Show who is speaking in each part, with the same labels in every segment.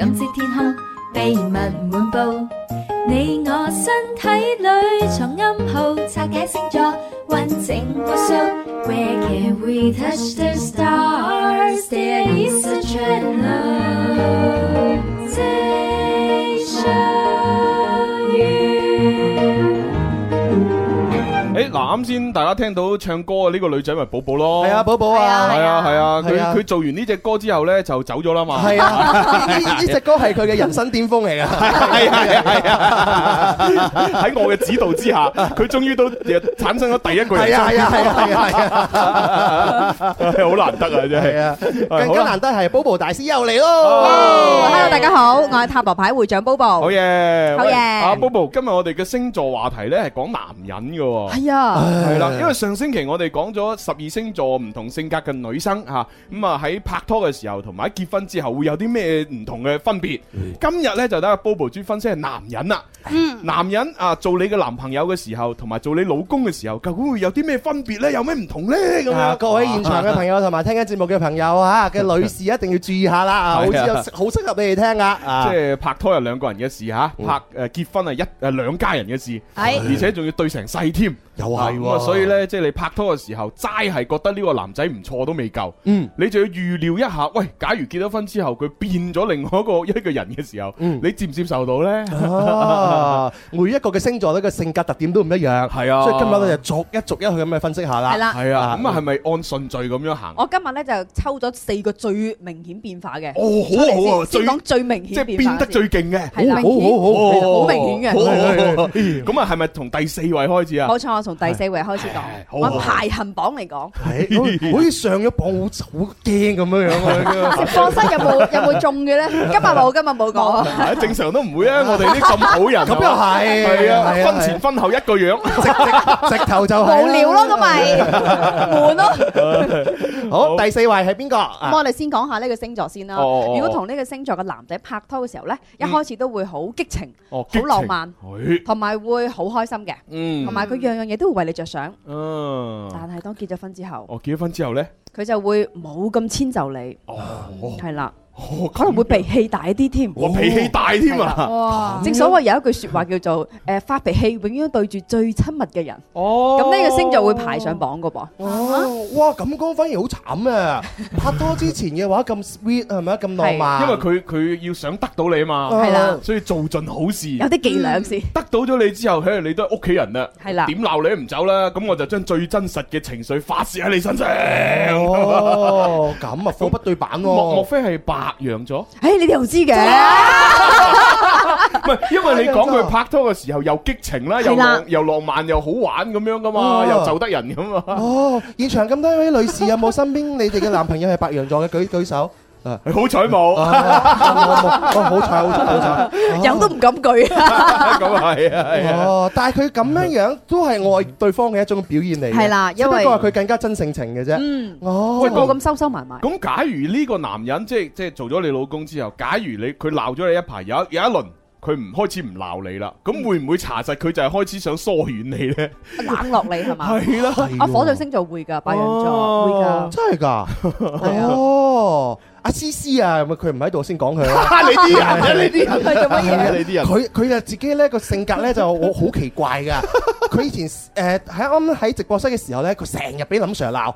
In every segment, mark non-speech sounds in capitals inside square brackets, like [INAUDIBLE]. Speaker 1: 刻秘密滿布。你我身體裏藏暗號，拆解星座，完整無數。Where can we touch the stars? There is a channel. Station U
Speaker 2: 诶，嗱，啱先大家聽到唱歌嘅呢個女仔咪寶寶咯，
Speaker 3: 係啊，寶寶啊，
Speaker 2: 係啊，係啊，佢
Speaker 3: 係啊
Speaker 2: 佢做完呢只歌之後咧就走咗啦嘛，
Speaker 3: 係啊，呢呢呢只歌係佢嘅人生巔峰嚟噶。
Speaker 2: [LAUGHS] 系啊系啊系啊！喺我嘅指導之下，佢終於都呃產生咗第一個人。
Speaker 3: 係啊係啊係啊係啊係啊
Speaker 2: 係 [LAUGHS] 好難得啊，真
Speaker 3: 係
Speaker 2: 係。
Speaker 3: 啊，
Speaker 2: 係
Speaker 3: 更
Speaker 2: 好
Speaker 3: 加
Speaker 2: 啦
Speaker 3: 難得係 Bobo 大師又嚟
Speaker 2: 哦
Speaker 3: 咯。
Speaker 4: Hello，大家好，我係塔羅牌會長 Bobo。
Speaker 2: 好嘢，
Speaker 4: 好
Speaker 2: 喂
Speaker 4: 嘢
Speaker 2: 阿 Bobo，今日我哋嘅星座話題咧係講男人嘅喎。
Speaker 4: 係啊，
Speaker 2: 係啦，因為上星期我哋講咗十二星座唔同性格嘅女生吓，咁啊喺拍拖嘅時候同埋喺結婚之後會有啲咩唔同嘅分別。今日咧就等阿 Bobo 豬分析係男人啦，男人啊做你嘅男朋友嘅時候，同埋做你老公嘅時候，究竟會有啲咩分別咧？有咩唔同咧？咁
Speaker 3: 啊
Speaker 2: 樣
Speaker 3: 各位現場嘅朋友同埋聽緊節目嘅朋友啊，嘅女士一定要注意下啦，啊，好似
Speaker 2: 係啊
Speaker 3: 有好適合你哋聽噶。啊
Speaker 2: 即係拍拖係兩個人嘅事吓，拍诶结婚係一诶两家人嘅事，
Speaker 4: 係
Speaker 2: 而且仲要對成世添。
Speaker 3: 又
Speaker 2: 啊
Speaker 3: 係
Speaker 2: 咁啊，
Speaker 3: 喎，
Speaker 2: 所
Speaker 3: [LAUGHS]
Speaker 2: 以呢，即係你拍拖嘅時候，齋係覺得呢個男仔唔錯都未夠，
Speaker 3: 嗯，
Speaker 2: 你就要預料一下，喂，假如結咗婚之後佢變咗另外一個 [LAUGHS] 一個人嘅時候，
Speaker 3: 嗯
Speaker 2: 你接唔接受到呢？
Speaker 3: 啊，每一個嘅星座咧嘅性格特點都唔一樣，
Speaker 2: 係啊
Speaker 3: 所以今日我哋就逐一逐一去咁樣分析下啦。
Speaker 4: 係啦。
Speaker 2: 係啊，
Speaker 3: 啊
Speaker 2: 咁啊係咪按順序咁樣行？
Speaker 4: 我今日咧就抽咗四個最明顯變化嘅。
Speaker 2: 哦，好啊好啊，
Speaker 4: 先
Speaker 2: 最
Speaker 4: 講最明
Speaker 2: 即係
Speaker 4: 顯變化
Speaker 2: 變得
Speaker 4: 先
Speaker 2: 最勁嘅，
Speaker 4: 係啦
Speaker 3: 好
Speaker 4: 明顯
Speaker 3: 好
Speaker 2: 哦
Speaker 4: 好明顯嘅
Speaker 2: 好好好咁啊係咪從第四位開始啊？ [LAUGHS]
Speaker 4: 冇錯，我從第四位開始
Speaker 2: 係好
Speaker 4: 講，
Speaker 2: 啊
Speaker 4: 我排行榜嚟講，
Speaker 3: 係好好似上咗磅好好驚咁樣樣啊！
Speaker 5: 放心有
Speaker 2: [LAUGHS]
Speaker 5: 冇有冇中嘅咧？今日冇，今日冇講。
Speaker 2: 係啊正常都唔會 [LAUGHS] 啊！我哋啲咁好人，
Speaker 3: 咁又係
Speaker 2: 係啊，
Speaker 3: 係啊
Speaker 2: 婚前婚後一個樣。
Speaker 3: 直直頭就係
Speaker 5: 無聊咯，咁咪
Speaker 2: 啊
Speaker 5: 悶咯。
Speaker 3: 好，第四位係邊個？
Speaker 4: 咁
Speaker 3: 啊
Speaker 4: 我哋先講下呢個星座先啦。
Speaker 2: 哦哦哦嗯
Speaker 4: 如果同呢個星座嘅男仔拍拖嘅時候呢，一開始都會好激情，
Speaker 2: 哦，
Speaker 4: 好浪漫
Speaker 2: [LAUGHS] 激情。
Speaker 4: 同埋會好開心嘅，
Speaker 2: 嗯，
Speaker 4: 同埋佢樣樣嘢都會為你着想。
Speaker 2: 嗯，哦
Speaker 4: 但係當結咗婚之後，
Speaker 2: 我結咗婚之後呢，
Speaker 4: 佢就會冇咁遷就你，
Speaker 2: 哦，
Speaker 4: 係啦，
Speaker 2: 哦
Speaker 4: 可能會脾氣大啲添。
Speaker 2: 我脾氣大添啊！
Speaker 5: 哇！
Speaker 4: 正所謂有一句説
Speaker 2: [LAUGHS]
Speaker 4: 話叫做誒發脾氣，永遠對住最親密嘅人。
Speaker 2: 哦
Speaker 4: 咁呢個星座會排上。榜嘅噃。
Speaker 3: 哦，哇！咁講反而好慘啊！拍拖之前嘅話咁 sweet 係咪啊？咁浪漫，
Speaker 2: 因為佢佢要想得到你嘛，
Speaker 3: 啊
Speaker 4: 係啦
Speaker 2: 所以做盡好事。
Speaker 4: 有啲伎倆先，
Speaker 2: 得到咗你之後，嘿，你都係屋企人啦，
Speaker 4: 係啦
Speaker 2: 點鬧你都唔走啦，咁我就將最真實嘅情緒發泄喺你身上。
Speaker 3: 哦，咁啊，貨不對版
Speaker 2: 莫莫
Speaker 3: 喎。
Speaker 2: 非係白羊
Speaker 4: [LAUGHS]
Speaker 2: 咗？唔
Speaker 4: 誒你哋又知嘅，
Speaker 2: 係，因為你講佢拍拖嘅時候又激情啦，又
Speaker 4: 係啦
Speaker 2: 浪又浪漫又好玩咁樣噶嘛，
Speaker 3: 哦
Speaker 2: 又就得人咁嘛。
Speaker 3: 哦，現場咁多位女士有冇身邊你哋嘅男朋友係白羊座嘅？舉舉 [LAUGHS] 手。啊！
Speaker 2: 好彩
Speaker 4: [LAUGHS]
Speaker 2: 冇，
Speaker 3: 哦，好彩，好彩，好彩。
Speaker 4: [LAUGHS] 有都唔敢舉啊。
Speaker 2: 咁係啊係啊。
Speaker 3: 哦，但係佢咁樣樣都係愛對方嘅一種表現嚟嘅。
Speaker 4: [LAUGHS] 係啦因為
Speaker 3: 只不過係佢更加真性情嘅啫。
Speaker 4: 嗯，
Speaker 3: 哦，
Speaker 4: 冇咁收收埋埋。
Speaker 2: 咁假如呢個男人即係即係做咗你老公之後，假如你佢鬧咗你一排，有一有一輪佢唔開始唔鬧你啦，
Speaker 3: 嗯
Speaker 2: 咁會唔會查實佢就係開始想疏遠你呢？
Speaker 4: 冷落你係嘛？
Speaker 2: 係
Speaker 3: [LAUGHS]
Speaker 2: 啦，
Speaker 3: 係喎
Speaker 4: 啊，火象星座會㗎，白羊座會
Speaker 2: 哦
Speaker 4: 㗎。
Speaker 3: 真係㗎。
Speaker 4: 啊
Speaker 3: 哦，阿思思啊，咪佢唔喺度先講佢啦。
Speaker 2: 你啲人啊，
Speaker 3: [LAUGHS]
Speaker 2: 你
Speaker 4: [LAUGHS]
Speaker 2: 啲人
Speaker 5: 係做
Speaker 2: [LAUGHS]
Speaker 5: 乜嘢？
Speaker 2: 你啲人，
Speaker 3: 佢佢就自己呢個性格呢，就好好奇
Speaker 2: [LAUGHS]
Speaker 3: 怪噶。佢以前誒喺啱啱喺直播室嘅時候呢，佢成日俾林 Sir 鬧，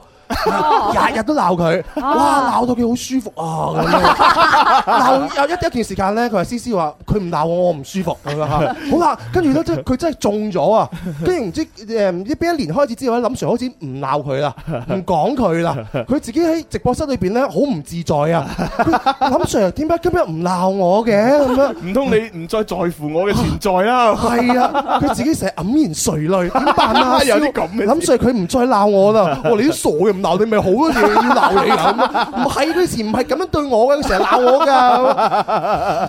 Speaker 3: 日日都鬧佢，哇鬧到佢好舒服啊咁樣。鬧有一一段時間呢，佢話思思話佢唔鬧我，我唔舒服咁樣
Speaker 2: [LAUGHS]
Speaker 3: 嚇。好啦，跟住呢，真係佢真係中咗啊！跟住唔知誒唔知邊一年開始之後呢，林 Sir 開始唔鬧
Speaker 2: [LAUGHS]
Speaker 3: 佢啦，唔講佢啦，佢自己喺直播室裏邊呢，好唔自在啊！
Speaker 2: [LAUGHS]
Speaker 3: 佢林 Sir 點解今日唔鬧我嘅咁樣？
Speaker 2: 唔通你唔再在乎
Speaker 3: [LAUGHS]
Speaker 2: 我嘅存在啦？
Speaker 3: 係啊，佢自己成日黯然垂
Speaker 2: [LAUGHS]
Speaker 3: 淚，點辦啊？
Speaker 2: 有啲咁嘅事
Speaker 3: 諗住佢唔再鬧
Speaker 2: [LAUGHS]
Speaker 3: 我啦，我你都傻嘅，唔鬧你咪好咯，你要鬧你啊咁。唔係佢以前唔係咁樣對我嘅，佢成日鬧我 㗎，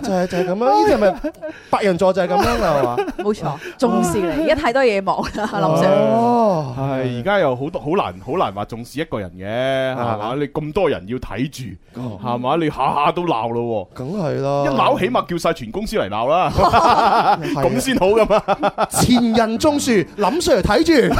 Speaker 2: [LAUGHS]
Speaker 3: 就係就係咁樣。呢啲係咪白羊座就係咁樣啦，係嘛？
Speaker 2: [LAUGHS]
Speaker 4: 冇錯，重視你，而家太多嘢忙啦，林
Speaker 2: 啊
Speaker 4: Sir。
Speaker 3: 哦，
Speaker 2: 係而家又好多好難好難話重視一個人嘅，係嘛？你咁多人要睇住，
Speaker 3: 啊哦，
Speaker 2: 係嘛？你下下都鬧咯
Speaker 3: 梗係
Speaker 2: 喎，
Speaker 3: 啦，
Speaker 2: 一鬧起碼叫晒全公司嚟鬧啦，
Speaker 3: 係啊
Speaker 2: 咁先好噶嘛。
Speaker 3: 前人種樹，林 Sir 睇住，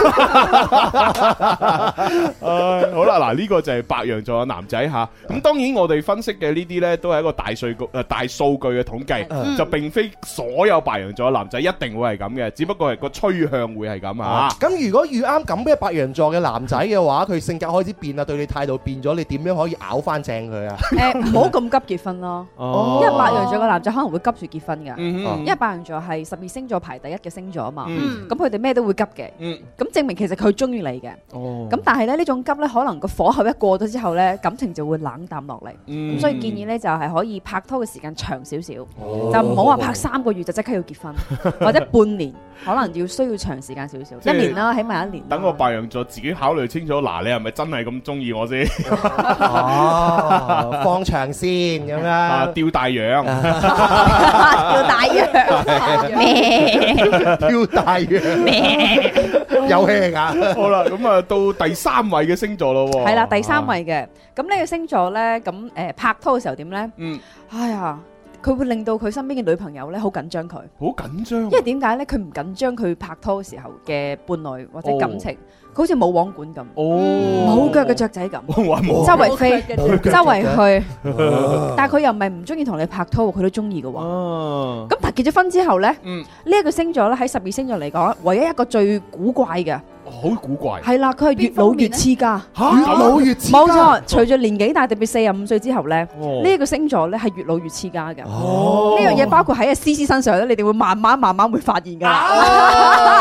Speaker 2: 唉好啦，嗱呢個就係白羊座嘅男仔吓。咁當然我哋分析嘅呢啲呢，都係一個大數據诶呃大數據嘅統計，
Speaker 3: 嗯
Speaker 2: 就並非所有白羊座嘅男仔一定會係咁嘅，只不過係個趨向會係咁啊。
Speaker 3: 咁如果遇啱咁嘅白羊座嘅男仔嘅話，佢性格開始變啦，對你態度變咗，你點樣可以咬翻正佢啊？
Speaker 4: 誒唔好咁急結婚咯，因
Speaker 3: 哦
Speaker 4: 為白羊座嘅男仔可能會急住結婚㗎，
Speaker 2: 嗯哼
Speaker 4: 因為白羊座係十二星座排第一嘅星座啊嘛，
Speaker 2: 嗯
Speaker 4: 咁佢哋咩都會急嘅，
Speaker 2: 嗯
Speaker 4: 咁證明其實佢中意你嘅，
Speaker 2: 哦
Speaker 4: 咁但係咧呢種急咧可能個火候一過咗之後咧，感情就會冷淡落嚟，
Speaker 2: 嗯
Speaker 4: 咁所以建議咧就係可以拍拖嘅時間長少少，
Speaker 2: 哦
Speaker 4: 就唔好
Speaker 3: 哦
Speaker 4: 話拍三個月就即刻要結
Speaker 2: [LAUGHS]
Speaker 4: 婚，或者半年可能要需要長時間少少，
Speaker 2: 即係
Speaker 4: 一年啦，起碼一年啦。
Speaker 2: 等個白羊座自己考慮清楚，嗱你係咪真係咁中意我先？
Speaker 3: 哦，放長線咁
Speaker 2: 啊，
Speaker 3: 樣。 [LAUGHS]
Speaker 2: 吊大羊，
Speaker 4: 啊
Speaker 5: 要大
Speaker 2: [LAUGHS]
Speaker 5: 約咩？
Speaker 3: 挑大嘅，有氣㗎。
Speaker 2: 好啦，咁啊到第三位嘅星座咯喎。
Speaker 4: 係啦，第
Speaker 2: 啊
Speaker 4: 三位嘅，咁呢個星座咧，咁誒拍拖嘅時候點咧？
Speaker 2: 嗯，
Speaker 4: 哎呀，佢會令到佢身邊嘅女朋友咧好緊張佢，
Speaker 2: 好緊張
Speaker 4: 因為點解咧？佢唔緊張佢拍拖嘅時候嘅伴侶或者感情，佢好似冇網管咁，
Speaker 2: 哦，
Speaker 4: 冇腳嘅雀仔咁，
Speaker 2: 我話冇
Speaker 4: 周圍飛，
Speaker 3: 冇
Speaker 4: [LAUGHS] 周圍去，
Speaker 3: 哦
Speaker 4: 但係佢又唔係唔中意同你拍拖喎，佢都中意嘅喎。
Speaker 2: 啊，
Speaker 4: 咁但係結咗婚之後咧，呢
Speaker 2: 嗯，
Speaker 4: 一個星座咧喺十二星座嚟講，唯一一個最古怪嘅
Speaker 2: 好古怪，
Speaker 4: 係啦，佢係越
Speaker 5: 邊方
Speaker 4: 老
Speaker 5: 面
Speaker 4: 越
Speaker 5: 呢
Speaker 4: 黐家，
Speaker 3: 越老越似
Speaker 4: 冇
Speaker 3: 家
Speaker 4: 錯。除咗年紀大，特別四十五歲之後咧，呢
Speaker 2: 哦
Speaker 4: 一個星座咧係越老越黐家嘅。呢
Speaker 3: 哦
Speaker 4: 樣嘢包括喺阿思思身上咧，你哋會慢慢慢慢會發現㗎啦。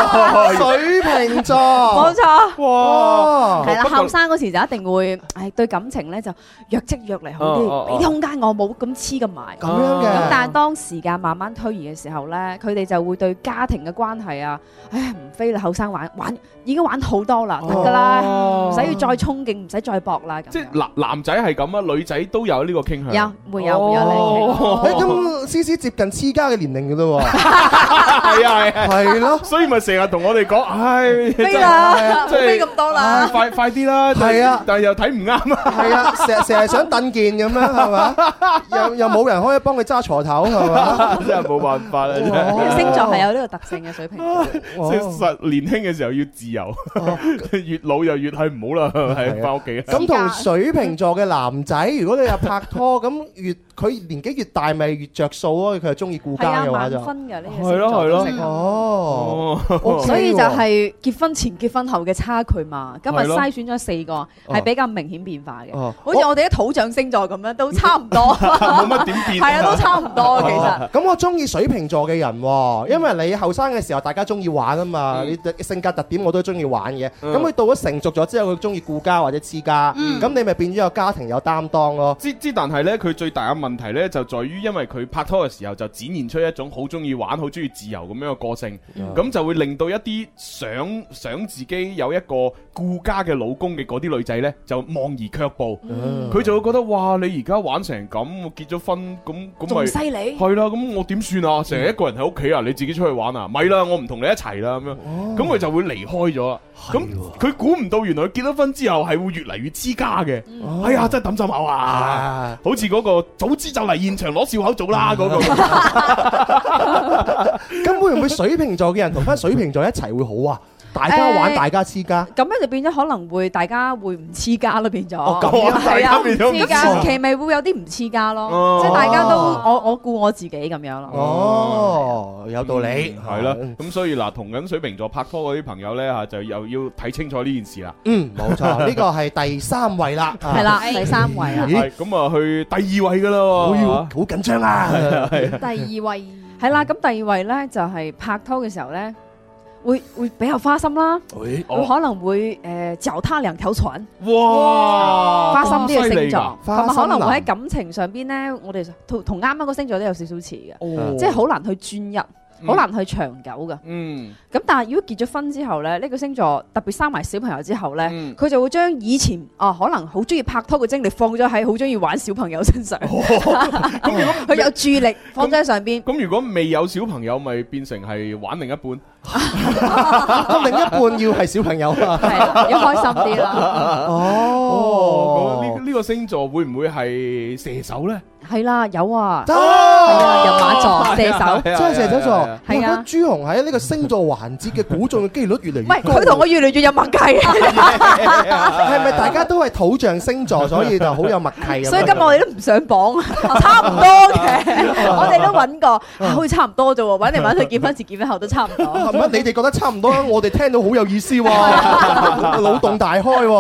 Speaker 3: 水瓶座，
Speaker 4: 冇錯。
Speaker 2: 哇，
Speaker 3: 哦，
Speaker 4: 係啦，
Speaker 2: 不過
Speaker 4: 後生嗰時就一定會，唉，對感情咧就若即若離好
Speaker 2: 哦哦哦
Speaker 4: 啲，俾啲空間我冇咁黐咁埋。
Speaker 3: 咁樣嘅。
Speaker 4: 咁但係當時間慢慢推移嘅時候咧，佢哋就會對家庭嘅關係啊，唉唔飛啦，後生玩玩已經玩好多啦，得㗎啦，唔
Speaker 2: 哦
Speaker 4: 使要再衝勁，唔使再搏啦咁
Speaker 2: 即
Speaker 4: 樣。
Speaker 2: 係男男仔係咁啊，女仔都有呢個傾向。
Speaker 4: 有會有會有呢
Speaker 2: 哦
Speaker 3: 誒咁思思接近黐家嘅年齡嘅
Speaker 4: [LAUGHS]
Speaker 3: 咯喎，
Speaker 2: 係啊係啊，
Speaker 3: 係咯，
Speaker 2: 所以咪成日同我哋講，唉，真
Speaker 5: 飛
Speaker 2: 係
Speaker 5: 啦，
Speaker 2: 真係
Speaker 5: 飛咁多啦。
Speaker 2: 快快啲啦，
Speaker 3: 係啊
Speaker 2: 但係又睇唔啱啊，
Speaker 3: 係啊，成成日想蹬健咁樣係嘛，又又冇人可以幫佢揸鋤頭係嘛，
Speaker 2: 真係冇辦法啦，真係。
Speaker 4: 個星座係有呢個特性嘅水平。
Speaker 3: 哦
Speaker 2: [LAUGHS] 即係實年輕嘅時候要自 [LAUGHS] 由，越老就越係唔好啦，係
Speaker 3: 係啊
Speaker 2: 翻屋企啊。
Speaker 3: 咁同水瓶座嘅男仔，如果你又拍拖，咁越佢年紀越大，咪越着數咯。佢係中意顧
Speaker 4: 係
Speaker 3: 家
Speaker 4: 啊，
Speaker 3: 嘅話
Speaker 4: 萬
Speaker 3: 就，
Speaker 4: 分嘅呢個
Speaker 2: 係
Speaker 4: 星
Speaker 2: 咯
Speaker 4: 座
Speaker 2: 係咯
Speaker 4: 特性
Speaker 3: 哦，
Speaker 2: 哦，
Speaker 3: OK
Speaker 4: [LAUGHS] 所以就
Speaker 3: 喎
Speaker 4: 係結婚前結婚後嘅差距嘛，今日
Speaker 2: 係咯哦
Speaker 4: 篩選咗四個係比較明顯變化嘅，
Speaker 3: 哦
Speaker 4: 好似我哋啲土象星座咁樣都差唔多，
Speaker 2: 冇乜點 [LAUGHS] 變。哦
Speaker 4: 係啊都差唔多其實。
Speaker 3: 咁我中意水瓶座嘅人喎，因為你後生嘅時候大家中意玩啊嘛，
Speaker 2: 嗯
Speaker 3: 你特性格特點我都中意玩嘅。
Speaker 2: 嗯
Speaker 3: 咁佢到咗成熟咗之後，佢中意顧家或者黐家，咁你咪變咗有家庭有擔當咯。
Speaker 2: 之之，但係呢，佢最大嘅問題呢，就在於因為佢拍拖嘅時候就展現出一種好中意玩、好中意自由咁樣嘅個性，
Speaker 3: 啊
Speaker 2: 咁就會令到一啲想想自己有一個顧家嘅老公嘅嗰啲女仔呢，就望而卻步，
Speaker 3: 嗯
Speaker 2: 佢就會覺得哇，你而家玩成咁，我結咗婚咁咁咪
Speaker 5: 仲。犀利，
Speaker 2: 係啦，咁我點算啊？成日一個人喺屋企啊，你自己出去玩啊？咪啦，我唔同你一齊啦，咁樣，咁佢就會離開咗啦。咁佢估唔到，原來結咗婚之後係會越嚟越黐家嘅。
Speaker 3: 嗯
Speaker 2: 哎呀，真係抌心口啊！
Speaker 3: 啊，
Speaker 2: 好似嗰個早知就嚟現場攞笑口組
Speaker 3: 嗯
Speaker 2: 啦
Speaker 3: [LAUGHS]
Speaker 2: 嗰個。
Speaker 3: 咁會唔會水瓶座嘅人同翻水瓶座一齊會好啊？大家玩，
Speaker 4: 誒
Speaker 3: 大家黐家。
Speaker 4: 咁樣就變咗可能會大家會唔黐家咯，變咗。
Speaker 3: 哦咁
Speaker 2: 樣
Speaker 4: 係
Speaker 2: 大家
Speaker 4: 啊，
Speaker 2: 變咗唔黐
Speaker 4: 咁前期咪會有啲唔黐家
Speaker 2: 哦
Speaker 4: 咯，即係大家都我我顧我自己咁樣咯。
Speaker 3: 哦，有道理，
Speaker 2: 嗯
Speaker 3: 啊
Speaker 2: 係啦，咁所以嗱，同緊水瓶座拍拖嗰啲朋友呢，吓，就又要睇清楚呢件事啦。[LAUGHS]
Speaker 3: 嗯，冇錯，呢個係第三位啦，
Speaker 4: 係
Speaker 3: 啊，
Speaker 4: 啦，第三位啦，
Speaker 3: 咦
Speaker 2: 係咁啊，去第二位噶啦
Speaker 3: 好
Speaker 2: 喎。
Speaker 3: 好緊張
Speaker 2: [LAUGHS]
Speaker 3: 啊！
Speaker 4: [LAUGHS]
Speaker 5: 第二位
Speaker 4: 係啦，咁第二位咧就係拍拖嘅時候咧，會會比較花心啦，會
Speaker 2: 哦
Speaker 4: 可能會誒腳他兩條船。
Speaker 2: 哇，
Speaker 4: 花心啲嘅星座，
Speaker 3: 花
Speaker 4: 同埋
Speaker 3: 心
Speaker 2: 啊
Speaker 4: 可能會
Speaker 3: 男
Speaker 4: 喺感情上邊呢，我哋同同啱啱個星座都有少少似嘅，
Speaker 2: 哦
Speaker 4: 即係好難去專一。
Speaker 2: 嗯
Speaker 4: 好難去長久噶。
Speaker 2: 嗯
Speaker 4: 咁但係如果結咗婚之後咧，呢個星座特別生埋小朋友之後咧， [LAUGHS]
Speaker 2: 嗯
Speaker 4: 佢就會將以前啊可能好中意拍拖嘅精力放咗喺好中意玩小朋友身上，
Speaker 2: 哦
Speaker 4: 佢有注意力放咗喺上
Speaker 2: [LAUGHS]
Speaker 4: 邊。
Speaker 2: 咁如果未有小朋友，咪變成係玩另一半。
Speaker 3: 另一半要係小朋
Speaker 2: [LAUGHS]
Speaker 3: 友啊。
Speaker 4: 係啦，要開心啲啦，
Speaker 3: 哦
Speaker 2: 哦，咁呢呢個星座會唔會係射手咧？
Speaker 4: 係啦，有啊，
Speaker 3: 得
Speaker 4: 係啊，人馬座射手，
Speaker 2: 係啊
Speaker 3: 真係射手座。
Speaker 2: 係啊
Speaker 3: 我
Speaker 4: 係啊
Speaker 3: 覺得朱紅喺呢個星座環節嘅估中嘅機率越嚟
Speaker 4: 唔
Speaker 3: 越
Speaker 4: 係
Speaker 3: 高。
Speaker 4: 佢同我越嚟越有默契，
Speaker 3: [LAUGHS]
Speaker 2: 啊
Speaker 3: 係咪大家都係土
Speaker 2: [LAUGHS]
Speaker 3: 象星座，所以就好有默契
Speaker 2: 啊
Speaker 3: 咁樣
Speaker 4: [LAUGHS] 所以今日我哋都唔上榜，啊差唔多嘅，我哋都揾過，啊好似差唔多啫喎，揾嚟揾
Speaker 2: 啊
Speaker 4: 去結婚前結婚後都差唔多。
Speaker 2: 哦
Speaker 3: 係咪
Speaker 4: [LAUGHS]
Speaker 3: 你哋覺得差唔多，我哋聽到好有意思喎，腦洞大開喎。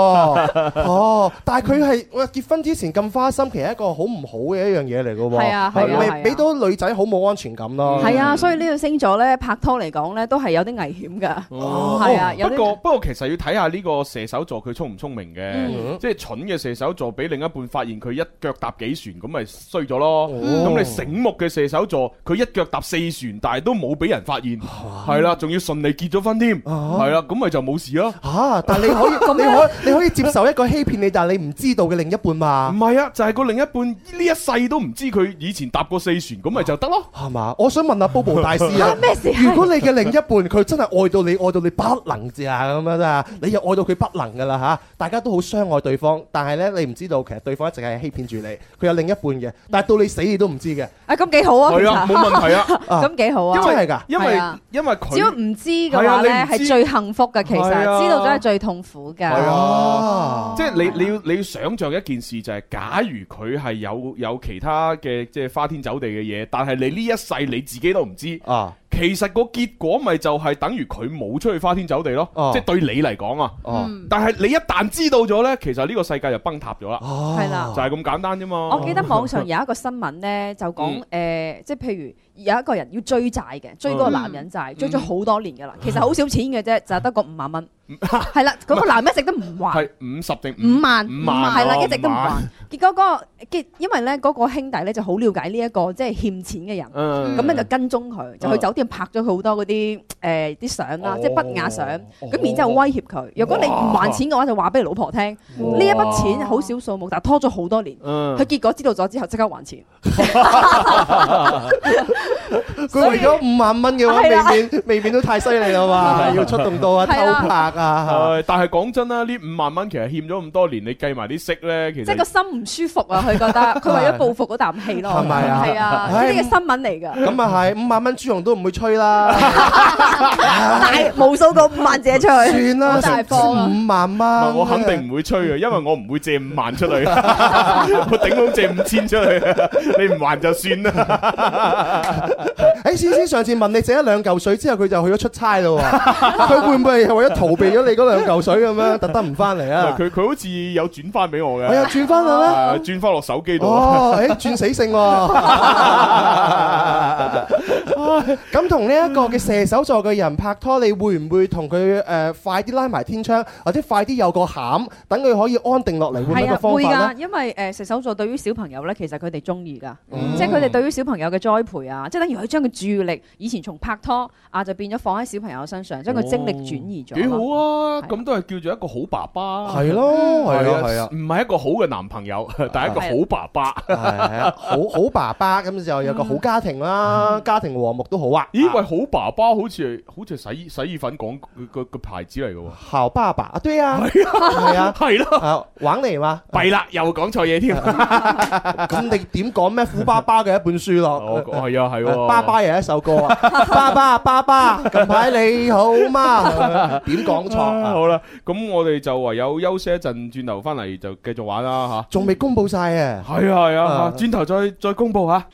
Speaker 3: 哦，但係佢係喂結婚之前咁花心，其實係一個好唔好嘅一樣嘢嚟嘅喎。
Speaker 4: 係啊係啊
Speaker 3: 咪
Speaker 4: 係啊
Speaker 3: 俾到女仔好冇安全感咯。
Speaker 4: 係啊，所以呢個星座咧拍拖嚟講咧都係有啲危險㗎，
Speaker 2: 哦
Speaker 4: 係啊，有
Speaker 2: 不過
Speaker 4: 啲
Speaker 2: 不過其實要睇下呢個射手座佢聰唔聰明嘅，
Speaker 3: 嗯
Speaker 2: 即係蠢嘅射手座俾另一半發現佢一腳踏幾船，咁咪衰咗咯。
Speaker 3: 哦
Speaker 2: 咁你醒目嘅射手座，佢一腳踏四船，但係都冇俾人發現，
Speaker 4: 啊
Speaker 2: 係啦，仲要順利結咗婚添，
Speaker 3: 啊
Speaker 2: 係啦，咁咪就冇事咯。
Speaker 3: 嚇！但係你
Speaker 4: [LAUGHS]
Speaker 3: 可以，你可你可以接受一個欺騙你，但係你唔知道嘅另一半
Speaker 2: 唔
Speaker 4: 嗯
Speaker 3: 嘛，
Speaker 2: 係啊，就係個另一半呢一世都唔知佢以前搭過四船，咁咪就得咯。
Speaker 3: 係嘛？我想問下 Bobo 大師啊。
Speaker 4: 咩事
Speaker 3: 如
Speaker 4: 係
Speaker 3: 果你嘅另一半佢真係愛到你，愛到你不能自下咁樣啊，你又愛到佢不能噶啦嚇，大家都好相愛對方，但係呢，你唔知道其實對方一直係欺騙住你，佢有另一半嘅，但係到你死你都唔知嘅，
Speaker 4: 啊咁幾好啊，其
Speaker 2: 係
Speaker 4: [LAUGHS]
Speaker 2: 啊，
Speaker 4: 實
Speaker 2: 冇問題啊，
Speaker 4: 咁幾好
Speaker 2: 因
Speaker 4: 啊。
Speaker 3: 真
Speaker 2: 為
Speaker 3: 係㗎，
Speaker 2: 因為
Speaker 4: 係啊
Speaker 2: 因為
Speaker 4: 只要
Speaker 2: 佢
Speaker 4: 唔知嘅話
Speaker 2: 係
Speaker 4: 咧
Speaker 2: 啊，你唔知
Speaker 4: 係最幸福嘅。其實
Speaker 2: 係啊
Speaker 4: 知道咗係最痛苦
Speaker 2: 係
Speaker 4: 㗎。
Speaker 2: 啊
Speaker 3: 啊，
Speaker 2: 即係你你要你要想象一件事就係，假如佢係有有其他嘅即係花天酒地嘅嘢，但係你呢一世你自己都唔知，
Speaker 3: 啊，
Speaker 2: 其實個結果咪就係等於佢冇出去花天酒地咯，
Speaker 3: 哦
Speaker 2: 即係對你嚟講啊。
Speaker 3: 哦，
Speaker 4: 嗯
Speaker 2: 但係你一旦知道咗呢，其實呢個世界就崩塌咗啦，
Speaker 3: 哦
Speaker 4: 係啦
Speaker 2: 就係咁簡單啫嘛。
Speaker 4: 我記得網上有一個新聞咧，就講
Speaker 2: 嗯
Speaker 4: 誒，即係譬如有一個人要追債嘅，追嗰個男人
Speaker 2: 嗯
Speaker 4: 債，追咗好多
Speaker 2: [LAUGHS]
Speaker 4: 年㗎啦。其實好少錢嘅啫，就係得個五萬蚊。係啦，嗰個男人一直都唔還。
Speaker 2: 係五十定
Speaker 4: 五萬，
Speaker 2: 五萬
Speaker 4: 係啦，
Speaker 2: 哦
Speaker 4: 一直都唔
Speaker 2: 五
Speaker 4: 還
Speaker 2: 萬。
Speaker 4: 結果嗰個結，因為咧嗰個兄弟咧就好了解呢一個即係欠錢嘅人。
Speaker 2: 嗯
Speaker 4: 咁咧就跟蹤佢，就去酒店拍咗佢好多嗰啲誒啲相
Speaker 2: 哦
Speaker 4: 啦，即係不雅相。咁然之後威脅佢，如果你唔還錢嘅話，就話俾你老婆聽。呢一筆錢好少數目，但係拖咗好多年。
Speaker 2: 嗯
Speaker 4: 佢結果知道咗之後，即刻還錢。
Speaker 3: 佢為咗五萬蚊嘅話，
Speaker 4: 係啦
Speaker 3: 未免未免都太犀利啦
Speaker 4: [LAUGHS]
Speaker 3: 嘛，要出動到啊偷
Speaker 4: 係啦
Speaker 2: [LAUGHS]
Speaker 3: 拍啊，
Speaker 2: 係但係講真啦，呢五萬蚊其實欠咗咁多年，你計埋啲息呢，其
Speaker 4: 即係個
Speaker 2: 實
Speaker 4: 心唔舒服啊！佢
Speaker 2: [LAUGHS]
Speaker 4: 覺得佢為咗報復嗰啖氣咯，
Speaker 3: 係咪啊
Speaker 4: 係啊，
Speaker 3: 唉
Speaker 4: 呢啲嘅新聞嚟㗎，
Speaker 3: 咁啊係五萬蚊朱紅都唔會吹啦，
Speaker 4: 但 [LAUGHS] 係無數個五萬借出去。
Speaker 3: 算啦，
Speaker 4: 好大方啊
Speaker 3: 五萬
Speaker 2: 唔係
Speaker 3: 蚊，
Speaker 2: 我肯定唔會
Speaker 4: [LAUGHS]
Speaker 2: 吹嘅，因為我唔會借五萬出去， [LAUGHS] 我頂籠借五千出去， [LAUGHS] 你唔還就算啦。
Speaker 3: 誒哎先先上次問你借一兩嚿水之後，佢就去咗出差咯 [LAUGHS] 喎，佢會唔會係為咗逃避咗你嗰兩嚿水咁樣，特登唔翻嚟 [LAUGHS] 啊？
Speaker 2: 佢佢好似有轉翻俾我嘅
Speaker 3: 我，又轉翻啦咩？
Speaker 2: 係轉翻落手機度。
Speaker 3: 哦，誒轉死性喎！ [LAUGHS] 咁同呢一個嘅射手座嘅人拍拖，你會唔會同佢誒快啲拉埋天窗，或者快啲有個餡，等佢可以安定落嚟，會唔會
Speaker 4: 係
Speaker 3: 有個
Speaker 4: 啊，
Speaker 3: 方
Speaker 4: 會
Speaker 3: 法
Speaker 4: 㗎，
Speaker 3: 咧？
Speaker 4: 因為誒射手座對於小朋友咧，其實佢哋中意㗎，
Speaker 2: 哦
Speaker 3: 嗯
Speaker 4: 即係佢哋對於小朋友嘅栽培啊，即係等於佢將佢注意力以前從拍拖啊，就變咗放喺小朋友身上，將佢精力轉移
Speaker 2: 哦
Speaker 4: 咗。
Speaker 2: 幾好啊！
Speaker 4: 係
Speaker 2: 咁都係叫做一個好爸爸。
Speaker 3: 係咯，係啊，係啊。啊
Speaker 2: 唔係一個好嘅男朋友， [LAUGHS] 但係一個好爸爸。
Speaker 3: 係啊好好爸爸咁就有個好家庭啦，家庭和睦都好啊。
Speaker 2: 咦喂，好爸爸好似係好似係洗洗衣粉廣個個牌子嚟嘅
Speaker 3: 好爸爸啊，對啊，
Speaker 2: 喎。
Speaker 3: 係啊，
Speaker 2: 係咯，
Speaker 3: 啊玩嚟嘛，
Speaker 2: 弊啦，又講錯嘢
Speaker 3: [LAUGHS]
Speaker 2: 添。
Speaker 3: 咁你點講咩虎爸爸嘅一本書
Speaker 2: 我
Speaker 3: 咯？
Speaker 2: 係啊，係喎。
Speaker 3: 爸爸又一首
Speaker 2: [LAUGHS]
Speaker 3: 歌啊，爸爸爸爸，近排你好
Speaker 2: [LAUGHS]
Speaker 3: 嗎？點講錯
Speaker 2: 啊
Speaker 3: 啊？
Speaker 2: 好啦，咁我哋就唯有休息一陣，轉頭翻嚟就繼續玩啦
Speaker 3: 仲未公佈晒啊！
Speaker 2: [LAUGHS] 吓。係啊係啊
Speaker 3: 啊，
Speaker 2: 轉頭再再公佈吓。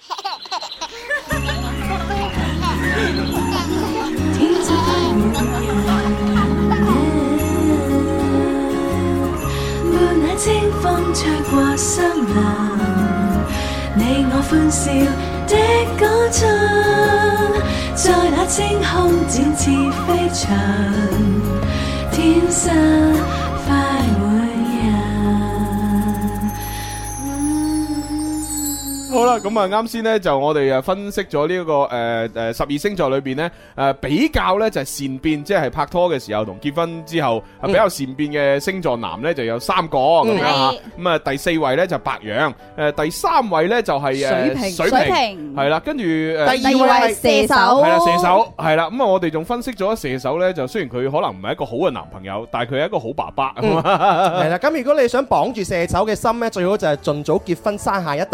Speaker 1: 伴那清風吹過森林，你我歡笑的歌唱，在那星空展翅飛翔，天生快活人。嗯
Speaker 2: 好啦，咁啊，啱先呢，就我哋啊分析咗呢、一個诶诶十二星座裏边呢，诶、比較呢就係善變，即係拍拖嘅時候同結婚之後、啊比較善變嘅星座男呢，就有三個咁樣吓，
Speaker 5: 係
Speaker 2: 咁啊第四位呢就白羊，诶、第三位呢就係
Speaker 4: 水
Speaker 2: 誒
Speaker 4: 瓶
Speaker 2: 水
Speaker 5: 水
Speaker 2: 瓶，
Speaker 5: 瓶，
Speaker 2: 係啦，啊跟住诶。
Speaker 3: 第
Speaker 5: 第二位射手，
Speaker 2: 系啦，啊射
Speaker 4: [LAUGHS]
Speaker 2: 手系啦，咁啊，我哋仲分析咗射手呢，就雖然佢可能唔係一個好嘅男朋友，但係佢係一個好爸爸。
Speaker 3: 系啦，咁如果你想綁住射手嘅心咧，最好就係盡早結婚生下一代，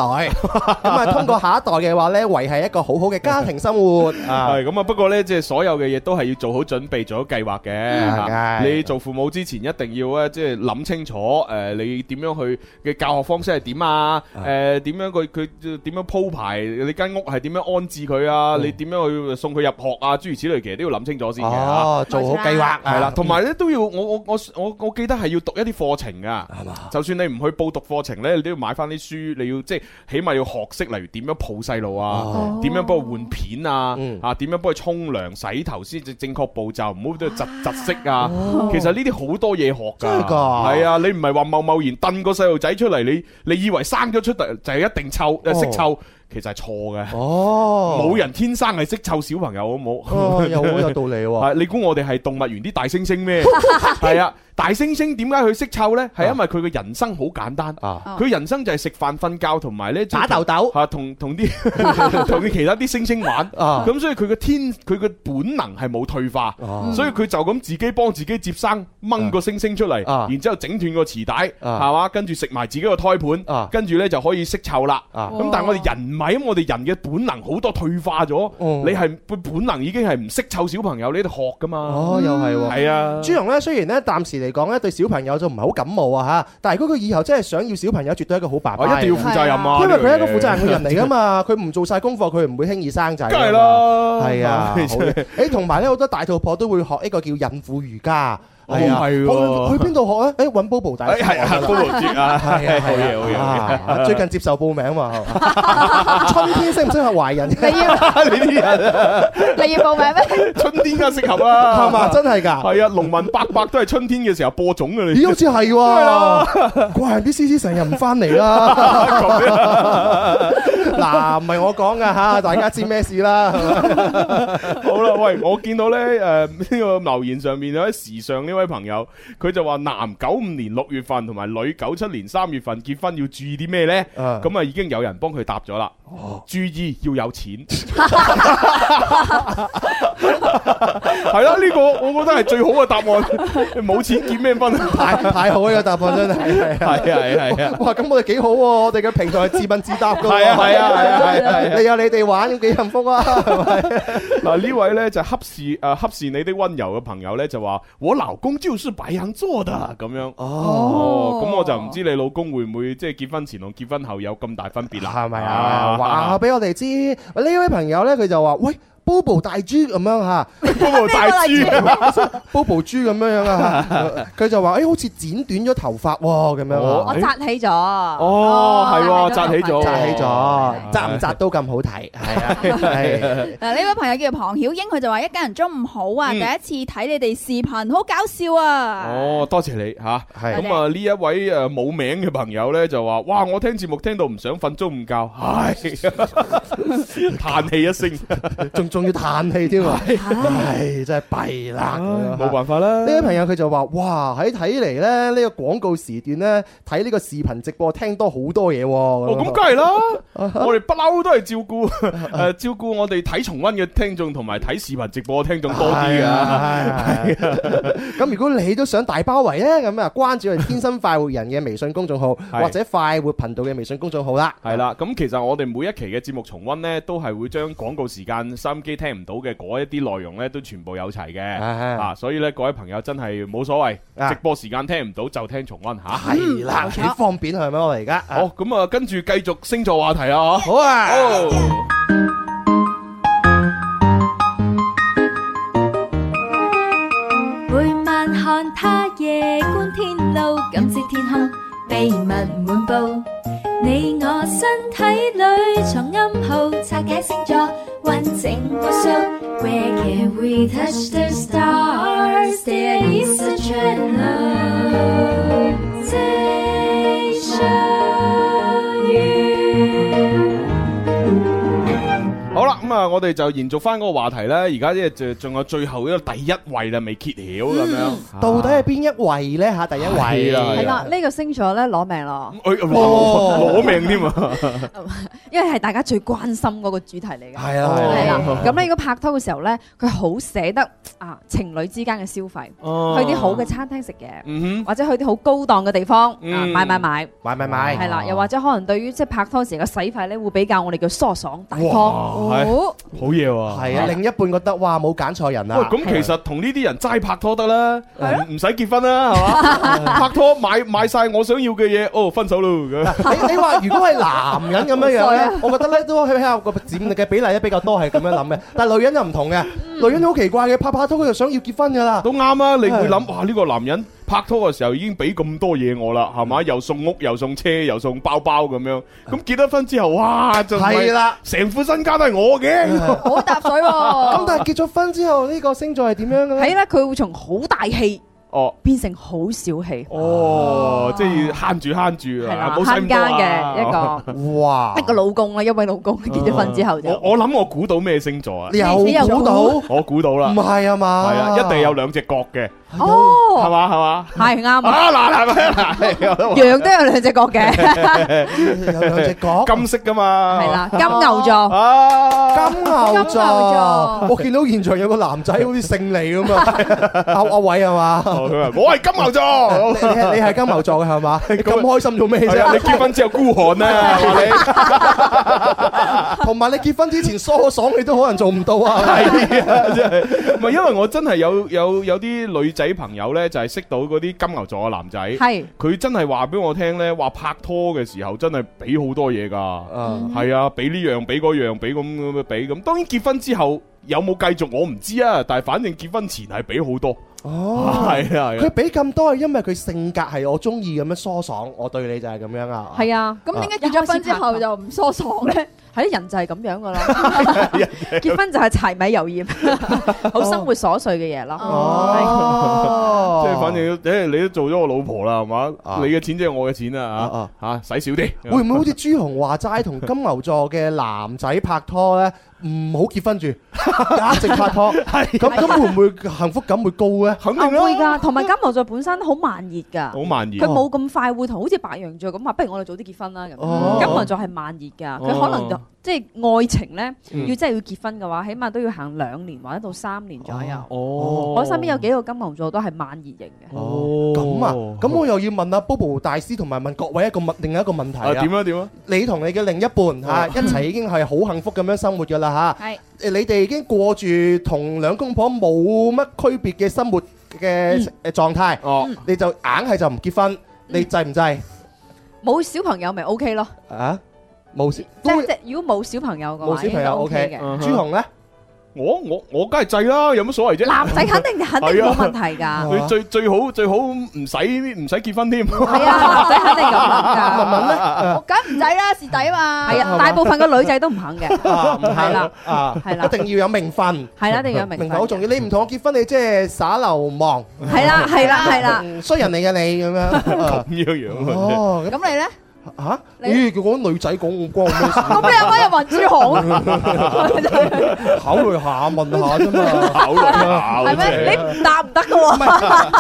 Speaker 2: [LAUGHS]
Speaker 3: 咁啊通過下一代嘅話咧，維係一個好好嘅家庭
Speaker 2: [LAUGHS]
Speaker 3: 生活啊。
Speaker 2: 系咁啊，不過呢，即係所有嘅嘢都係要做好準備，做好計劃嘅。
Speaker 3: 嗯
Speaker 2: 嚇
Speaker 3: 梗係
Speaker 2: 你做父母之前一定要咧，即係諗清楚，诶，你點樣去嘅教學方式係點啊？诶，點樣佢佢點樣鋪排？你間屋係點樣安置佢啊？你點樣去送佢入學啊？諸如此類，其實都要諗清楚先嘅。嚇
Speaker 3: 嗯哦，做好計劃啊
Speaker 2: 係啦，同埋咧都要我我我我我記得係要讀一啲課程噶，就算你唔去報讀課程咧，你都要買翻啲書，你要即係起碼要學識，例如點樣抱細路啊
Speaker 3: 哦，
Speaker 2: 點樣幫佢換片啊
Speaker 3: 嗯，
Speaker 2: 啊點樣幫佢沖涼、洗頭先至正確步驟，唔好對佢窒窒息啊。其實呢啲好多嘢學㗎，
Speaker 3: 哦真係㗎
Speaker 2: 係啊，你唔係話貿貿然燉個細路仔出嚟，你你以為生咗出嚟就係一定臭
Speaker 3: 哦
Speaker 2: 識臭，其實係錯嘅，
Speaker 3: 哦，
Speaker 2: 冇人天生係識臭小朋友，好冇？
Speaker 3: 哦，又好有道理喎。
Speaker 2: 系你估我哋係動物園啲大猩猩
Speaker 3: [LAUGHS]
Speaker 2: 咩？係啊，大猩猩點解佢識臭呢？係因為佢嘅人生好簡單，
Speaker 3: 啊，
Speaker 2: 佢人生就係食飯、瞓覺同埋呢
Speaker 3: 打豆豆
Speaker 2: 吓，同同啲
Speaker 3: [LAUGHS]
Speaker 2: 同其他啲猩猩玩。
Speaker 3: 啊，
Speaker 2: 咁所以佢嘅天，佢嘅本能係冇退化，
Speaker 3: 哦
Speaker 2: 所以佢就咁自己幫自己接生，掹個猩猩出嚟，
Speaker 3: 啊
Speaker 2: 然之后整斷個臍帶，
Speaker 3: 啊
Speaker 2: 係嘛，跟住食埋自己個胎盤
Speaker 3: 啊，
Speaker 2: 跟住呢就可以識臭啦。
Speaker 3: 啊
Speaker 2: 咁但係我哋人唔係，因為我哋人嘅本能好多退化咗，
Speaker 3: 哦
Speaker 2: 你係本本能已經係唔識湊小朋友，你喺度學噶嘛，
Speaker 3: 哦，又係喎。
Speaker 2: 係啊。
Speaker 3: 朱容咧，雖然咧暫時嚟講咧對小朋友就唔係好感冒啊嚇，但係如果佢以後真係想要小朋友，絕對係一個好爸
Speaker 2: 我
Speaker 3: 爸。
Speaker 2: 一定要負責任啊！
Speaker 3: 因為佢
Speaker 2: 呢樣
Speaker 3: 係一個
Speaker 2: 嘢
Speaker 3: 負責任嘅人嚟噶嘛，佢唔做晒功課，佢唔會輕易生仔。
Speaker 2: [LAUGHS] 梗係。啦，
Speaker 3: 係
Speaker 2: [LAUGHS]
Speaker 3: 啊，
Speaker 2: 真
Speaker 3: 好
Speaker 2: 係
Speaker 3: 嘅誒同埋咧好多大肚婆都會學一個叫孕婦瑜伽，
Speaker 2: 哦
Speaker 3: 係啊，
Speaker 2: 係喎
Speaker 3: 我去邊度學咧？誒揾 Bobo 大
Speaker 2: 哎
Speaker 3: 師
Speaker 2: 係
Speaker 3: 學
Speaker 2: 啊，
Speaker 3: [LAUGHS] 㗎啦，
Speaker 2: 高露節啊，好
Speaker 3: 係
Speaker 2: 嘢
Speaker 3: 啊
Speaker 2: 好嘢好嘢 [LAUGHS] 好嘢。
Speaker 3: 啊最近接受報名嘛，春天適唔適合懷
Speaker 5: 你
Speaker 3: 孕？
Speaker 5: 要
Speaker 2: 你啲人啊
Speaker 5: 你要報名咩？
Speaker 2: 春天梗係適合
Speaker 3: [LAUGHS]
Speaker 2: 啦，
Speaker 3: 係嘛，真係㗎。
Speaker 2: 係啊，農民伯伯都係春天嘅時候播種
Speaker 3: [LAUGHS]
Speaker 2: 嘅你
Speaker 3: 咦，好。似係喎，怪人啲 C C 成日唔翻
Speaker 2: [LAUGHS]
Speaker 3: 嚟啦。
Speaker 2: 咁樣
Speaker 3: 嗱，唔係我講㗎吓，大家知咩事
Speaker 2: [LAUGHS]
Speaker 3: 啦。
Speaker 2: 好啦，喂，我見到咧，诶呢個留言上面有位時尚呢位朋友，佢就話男九五年六月份同埋女九七年三月份結婚要注意啲咩呢？
Speaker 3: 啊哦
Speaker 2: 咁啊已經有人幫佢答咗啦。注意要有錢，
Speaker 3: [LAUGHS]
Speaker 2: 係啦，呢個我覺得係最好嘅答案。冇錢結咩婚？啊
Speaker 3: [LAUGHS] 太太好呢個答案真係，係啊
Speaker 2: 係啊係啊係啊。
Speaker 3: 哇！咁我哋幾好喎，我哋嘅平台係自問自答㗎喎。
Speaker 2: 係啊係啊係啊係啊係啊
Speaker 3: 你有你哋玩咁幾幸
Speaker 2: [LAUGHS]
Speaker 3: 福啊！
Speaker 2: 嗱呢位咧就恰是诶恰是你的温柔嘅朋友咧就話：我老公就是白羊座的咁樣。
Speaker 3: 哦，
Speaker 2: 哦，咁我就唔知你老公會唔會即係結婚前同結婚後有咁大分別啦？
Speaker 3: 係咪啊？ [LAUGHS] 話俾我哋知，呢位朋友咧，佢就話：喂，Bobo 大豬咁樣嚇
Speaker 2: ，Bobo 大豬，
Speaker 3: ，Bobo 豬咁樣樣啊！佢就話：誒，好似剪短咗頭髮喎，咁樣
Speaker 2: 哦
Speaker 3: 啊，
Speaker 4: 我紮起咗。
Speaker 2: 哦係喎紮起咗
Speaker 3: 紮起
Speaker 2: 哦
Speaker 3: 咗，紮唔紮都咁好睇，係 [LAUGHS] 啊，係
Speaker 5: 嗱，呢位朋友叫龐曉英，佢就話一家人中午好啊，第
Speaker 2: 嗯
Speaker 5: 一次睇你哋視頻，好搞笑啊！
Speaker 2: 哦，多謝你吓。
Speaker 3: 係
Speaker 2: 咁啊，呢一位诶冇名嘅朋友咧就話：哇，我聽節目聽到唔想瞓中午覺，
Speaker 3: [LAUGHS]
Speaker 2: 唉，嘆氣一聲，
Speaker 3: 仲仲要嘆氣添啊！唉，真係弊啦，咁樣
Speaker 2: 冇辦法啦。
Speaker 3: 啊呢位朋友佢就話：哇，喺睇嚟咧，呢、個廣告時段咧，睇呢個視頻直播聽多好多嘢喎。
Speaker 2: 哦，
Speaker 3: 哦
Speaker 2: 咁梗係啦，我哋不嬲都係照顧 [LAUGHS] 诶照顧我哋睇重温嘅聽眾同埋睇視頻直播嘅聽眾多啲
Speaker 3: 啊
Speaker 2: 噶。
Speaker 3: [LAUGHS] 咁如果你都想大包圍咧，咁啊關注我哋天生快活人嘅微信公眾號，
Speaker 2: 係
Speaker 3: 或者快活頻道嘅微信公眾號啦。
Speaker 2: 系啦，咁其實我哋每一期嘅節目重温呢，都係會將廣告時間收音機聽唔到嘅嗰一啲內容呢，都全部有齊嘅。
Speaker 3: 啊
Speaker 2: 啊，所以呢，各位朋友真係冇所謂，
Speaker 3: 啊
Speaker 2: 直播時間聽唔到就聽重温吓。
Speaker 3: 係啦，幾方便係咪我哋而家？
Speaker 2: 好，咁啊，跟住繼續星座話題啊，
Speaker 3: 好啊。
Speaker 2: 哦，
Speaker 1: 每晚看他夜觀天路，感知天空秘密滿布。你我身體裏藏暗號，拆解星座，完整無數。Where can we touch the stars? There is a channel station you.
Speaker 2: 啊我哋就延續翻嗰個話題咧，而家即係就仲有最後一個第一位啦，未揭曉咁樣。
Speaker 3: 嗯到底係邊一位呢？吓，第一位
Speaker 2: 係啊係
Speaker 4: 係
Speaker 2: 啊
Speaker 4: 啦，呢個星座咧攞命咯，
Speaker 2: 哎哇攞命添啊！
Speaker 4: 因為係大家最關心嗰個主題嚟嘅。
Speaker 3: 係啊
Speaker 4: 係
Speaker 3: 係
Speaker 4: 啦
Speaker 3: 啊，，
Speaker 4: 咁咧如果拍拖嘅時候咧，佢好捨得啊情侶之間嘅消費，
Speaker 2: 哦
Speaker 4: 去啲好嘅餐廳食嘢，
Speaker 2: 嗯
Speaker 4: 或者去啲好高檔嘅地方啊
Speaker 2: 嗯
Speaker 4: 買買買，
Speaker 3: 買買買，
Speaker 4: 係啦，又或者可能對於即係拍拖時嘅使費咧，會比較我哋叫疏爽大
Speaker 2: 哇
Speaker 4: 方。
Speaker 2: 係
Speaker 4: 哦
Speaker 2: 哼，好嘢喎。
Speaker 3: 係啊，另一半覺得哇冇揀錯人
Speaker 2: 喂，
Speaker 3: 啊，
Speaker 2: 咁其實同呢啲人齋拍拖得啦，
Speaker 4: 啊
Speaker 2: 唔唔使結婚啦， [LAUGHS] 係啊嘛？拍拖買買晒我想要嘅嘢，哦，分手咯 [LAUGHS] 咁。
Speaker 3: 你你話如果係男人咁樣樣咧，我覺得咧都喺喺個佔嘅比例咧比較多係咁樣諗嘅，但係女人就唔同嘅，女人好奇怪嘅，拍拍拖佢就想要結婚㗎啦。
Speaker 2: 都啱啊！你會諗哇，呢個男人拍拖嘅時候已經俾咁多嘢我啦，係嘛？又送屋，又送車，又送包包咁樣。咁結咗婚之後，哇，就係
Speaker 3: 係啦，
Speaker 2: 成副身家都係啊我嘅。
Speaker 5: 好搭水喎
Speaker 3: 咁。但係結咗婚之後呢個星座係點樣嘅
Speaker 4: 係
Speaker 3: 咧？
Speaker 4: 啦，佢會從好大氣
Speaker 2: 哦
Speaker 4: 變成好小氣，
Speaker 2: 哦，即係要慳住慳住
Speaker 4: 係
Speaker 2: 啊，
Speaker 4: 啦，
Speaker 2: 冇使咁多
Speaker 4: 慳家
Speaker 2: 啊
Speaker 4: 嘅一。
Speaker 2: [LAUGHS]
Speaker 4: 個
Speaker 3: 哇
Speaker 4: 一！個老公啦，一位老公結咗婚之後就
Speaker 2: 我我諗我估到咩星座啊？
Speaker 3: 你又估到？唔
Speaker 2: 我估到啦，
Speaker 3: 係啊嘛？
Speaker 2: 係啊，一定有兩隻角嘅，係
Speaker 4: 哦，
Speaker 2: 嘛係嘛？
Speaker 4: 係啱啊，
Speaker 2: 啊嗱嗱嗱嗱係啊，
Speaker 4: 羊都有兩隻
Speaker 2: [LAUGHS]
Speaker 4: 角嘅，
Speaker 3: [LAUGHS] 有兩隻角。
Speaker 2: 金色噶嘛，
Speaker 4: 係啦，金牛座。
Speaker 2: 啊，
Speaker 3: 金牛
Speaker 5: 金牛
Speaker 3: 座，我見到現場有個男仔好似勝利咁啊， [LAUGHS] 阿阿偉係嘛？
Speaker 2: 哦佢話我係金牛
Speaker 3: 你
Speaker 2: 座。
Speaker 3: 你你係金牛座嘅係嘛？你咁開心做咩
Speaker 2: 係啊，你
Speaker 3: 啫？
Speaker 2: 結婚之後孤寒
Speaker 4: [LAUGHS]
Speaker 2: 啊，話你
Speaker 3: 同埋你結婚之前疏爽，你都可能做唔到啊！
Speaker 2: 係啊，真係唔係因為我真係有有有啲女仔朋友咧，就係識到嗰啲金牛座嘅男仔，
Speaker 4: 係
Speaker 2: 佢真係話俾我聽咧，話拍拖嘅時候真係俾好多嘢㗎。
Speaker 3: 啊
Speaker 2: 係啊，俾呢樣俾嗰樣俾咁咁俾咁，當然結婚之後有冇繼續我唔知啊，但係反正結婚前係俾好多，
Speaker 3: 哦，
Speaker 2: 係啊係
Speaker 3: 佢
Speaker 2: 啊，
Speaker 3: 俾咁多係因為佢性格係我中意咁樣疏爽，我對你就係咁樣啊。
Speaker 4: 係
Speaker 2: 哦
Speaker 4: 啊，
Speaker 5: 咁點解結咗婚之後就唔疏爽
Speaker 2: [LAUGHS]
Speaker 5: 咧？
Speaker 4: 係人就係咁樣噶啦，
Speaker 2: 啊
Speaker 4: [LAUGHS] 結婚就係柴米油鹽，
Speaker 2: [LAUGHS]
Speaker 4: 好生活瑣碎嘅嘢咯。
Speaker 2: 哦 [LAUGHS]
Speaker 3: 哦，
Speaker 2: 即係反正誒你都做咗我老婆啦，係嘛
Speaker 3: 啊？
Speaker 2: 你嘅錢即係我嘅錢
Speaker 3: 啊
Speaker 2: 啊
Speaker 3: 啊
Speaker 2: 嚇嚇，使少啲。
Speaker 3: 會唔會好似朱紅話齋同金牛座嘅男仔拍拖咧？唔好結婚住，一直拍拖，咁咁會唔會幸福感會高咧？
Speaker 2: 肯定
Speaker 4: 啊會
Speaker 2: 啦，
Speaker 4: 㗎，同埋金牛座本身好慢熱
Speaker 2: 好
Speaker 4: 㗎，
Speaker 2: 慢熱
Speaker 4: 佢。冇咁快會同好似白羊座咁話，不如我哋早啲結婚啦咁。
Speaker 3: 哦
Speaker 4: 金牛座係慢熱㗎，佢
Speaker 2: 哦
Speaker 4: 可能就即係愛情咧，
Speaker 2: 嗯
Speaker 4: 要真係要結婚嘅話，起碼都要行兩年或者到三年左右。
Speaker 2: 哦
Speaker 4: 我身邊有幾個金牛座都係慢熱型嘅，
Speaker 2: 哦
Speaker 3: 咁啊，咁我又要問阿 Bobo 大師同埋問各位一個問另一個問題
Speaker 2: 啊
Speaker 3: 啊
Speaker 2: 點。啊點啊，
Speaker 3: 你同你嘅另一半嚇、
Speaker 2: 哦
Speaker 3: 一齊已經係好幸福咁樣生活㗎啦嚇。
Speaker 4: 係
Speaker 3: 誒你哋已經過住同兩公婆冇乜區別嘅生活嘅誒狀態，
Speaker 2: 哦
Speaker 4: 嗯
Speaker 3: 你就硬係就唔結婚，你制唔制
Speaker 4: 冇小朋友咪 OK 咯。
Speaker 3: 啊？冇事
Speaker 4: 即
Speaker 3: 都會
Speaker 4: 即如果冇小朋友嘅
Speaker 3: 冇
Speaker 4: 話，
Speaker 3: 小朋友
Speaker 4: OK
Speaker 3: OK
Speaker 4: 嘅。
Speaker 2: 嗯哼
Speaker 3: 朱紅咧，
Speaker 2: 我我我梗係制啦，有乜所謂啫？
Speaker 4: 男仔肯定肯定冇問題㗎，
Speaker 3: 啊
Speaker 2: 佢最最好最好唔使唔使結婚添。
Speaker 4: 係啊，男仔肯定咁諗㗎。
Speaker 5: 我梗唔制啦，蝕底嘛。
Speaker 4: 係啊，大部分嘅女仔都唔肯嘅， [LAUGHS]
Speaker 3: 啊唔
Speaker 4: 係
Speaker 3: 係
Speaker 4: 啦，
Speaker 3: 啊，
Speaker 4: 係啦
Speaker 3: 一定要有名分，
Speaker 4: 係啦，一定要有
Speaker 3: 名分
Speaker 4: 明
Speaker 3: 好
Speaker 4: 白。
Speaker 3: 重要。你唔同我結婚，你即係耍流氓，
Speaker 4: 係啦，係啦，
Speaker 3: [LAUGHS]
Speaker 4: 係啦。
Speaker 3: 嗯衰人嚟嘅你咁樣。
Speaker 2: [LAUGHS] 咁
Speaker 3: 啊
Speaker 2: 樣樣啊
Speaker 3: 哦，咁
Speaker 5: 咁你咧？
Speaker 3: 嚇？
Speaker 5: 你
Speaker 3: 咦，佢講女仔講光咩事？
Speaker 5: 咁你有乜嘢
Speaker 2: [LAUGHS]
Speaker 5: 民主行？
Speaker 3: 考慮下問下啫嘛
Speaker 2: [LAUGHS] 真係。考慮下
Speaker 4: 係
Speaker 2: 啫
Speaker 4: 咩？你唔答唔得噶喎。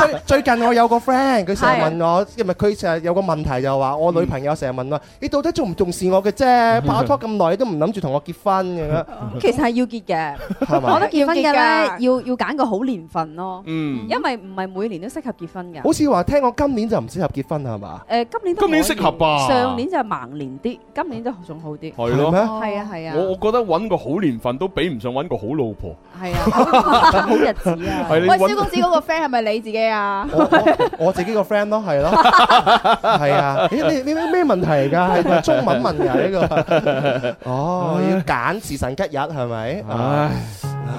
Speaker 3: 最最近我有個 friend，佢成日問我，唔係佢成日有個問題就話，我女朋友成日問我，你到底重唔重視我嘅啫？拍拖咁耐都唔諗住同我結婚咁樣，
Speaker 4: 其實係要結嘅，
Speaker 3: 係
Speaker 4: 我覺
Speaker 3: 嘛？
Speaker 4: 得結婚嘅咧，
Speaker 5: 要結㗎
Speaker 4: 要要揀個好年份咯，
Speaker 2: 嗯。
Speaker 4: 因為唔係每年都適合結婚㗎。
Speaker 3: 好似話聽講今年就唔適合結婚係嘛？
Speaker 4: 誒，今年都
Speaker 2: 今年
Speaker 4: 可以
Speaker 2: 適合吧
Speaker 4: 上年就係盲年啲，今年就仲好啲。
Speaker 2: 係咯。
Speaker 3: 咩？
Speaker 4: 係啊，係啊，
Speaker 2: 哦我我覺得揾個好年份都比唔上揾個好老婆，
Speaker 4: 係啊，好好日子
Speaker 2: [LAUGHS]
Speaker 4: 啊。
Speaker 2: 係你
Speaker 5: 喂，蕭公
Speaker 2: 揾
Speaker 5: 子嗰個 friend 係咪你自己啊？
Speaker 3: 我我我自己個 friend 咯，係咯，係啊！咦，你你咩咩問題嚟㗎？係咪中文問㗎呢個？哦，要揀時辰吉日係咪？
Speaker 2: 唉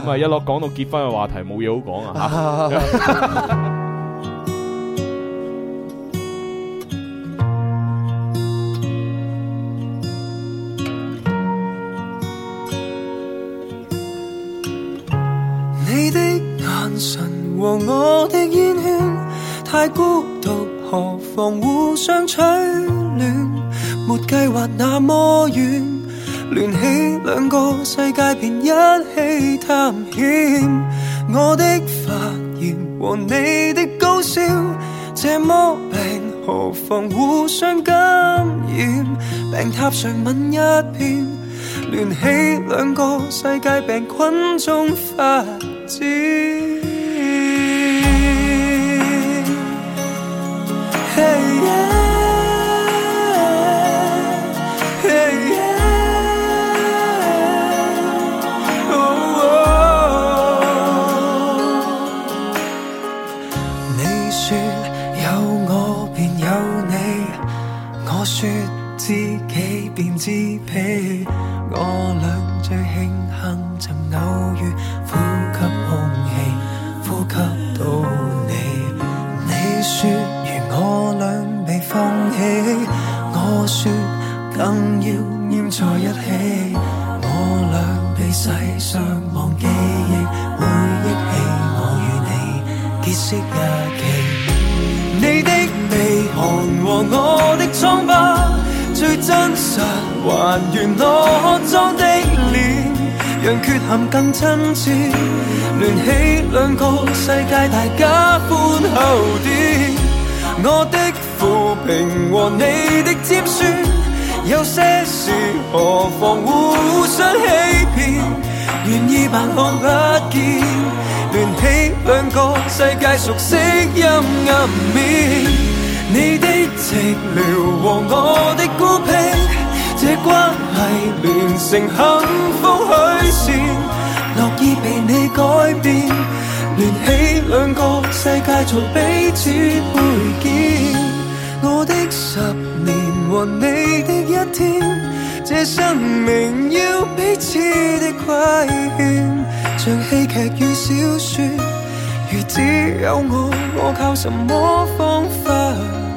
Speaker 2: 咁啊一落講到結婚嘅話題冇嘢好講啊！
Speaker 3: 啊
Speaker 6: 你的眼神和我的煙圈，太孤獨，何妨互相取暖？沒計劃那麼遠，聯起兩個世界便一起探險。我的發炎和你的高燒，這麼病何妨互相感染？病榻上吻一遍，聯起兩個世界病菌中發展。Hey yeah, hey yeah, oh, oh. 你說有我便有你，我說自己便知彼，我俩最慶幸曾偶遇，呼吸空氣，呼吸到你。你說如我倆被放棄，我說更要黏在一起，我倆被世上忘記憶，會憶起我與你結識日期。你的鼻鼾和我的瘡疤，最真實還原我骯髒的臉，讓缺陷更親切，聯起兩個世界，大家歡後啲。我的負評和你的尖酸，有些事何妨互相欺騙。願意扮看不見，聯起兩個世界熟悉陰暗面。你的寂寥和我的孤僻，這關係連成幸福虛線，樂意被你改變，聯起兩個世界做彼此配件。我的十年和你的一天，這生命要彼此的虧欠，像戲劇與小說，如只有我，我靠什麼方法？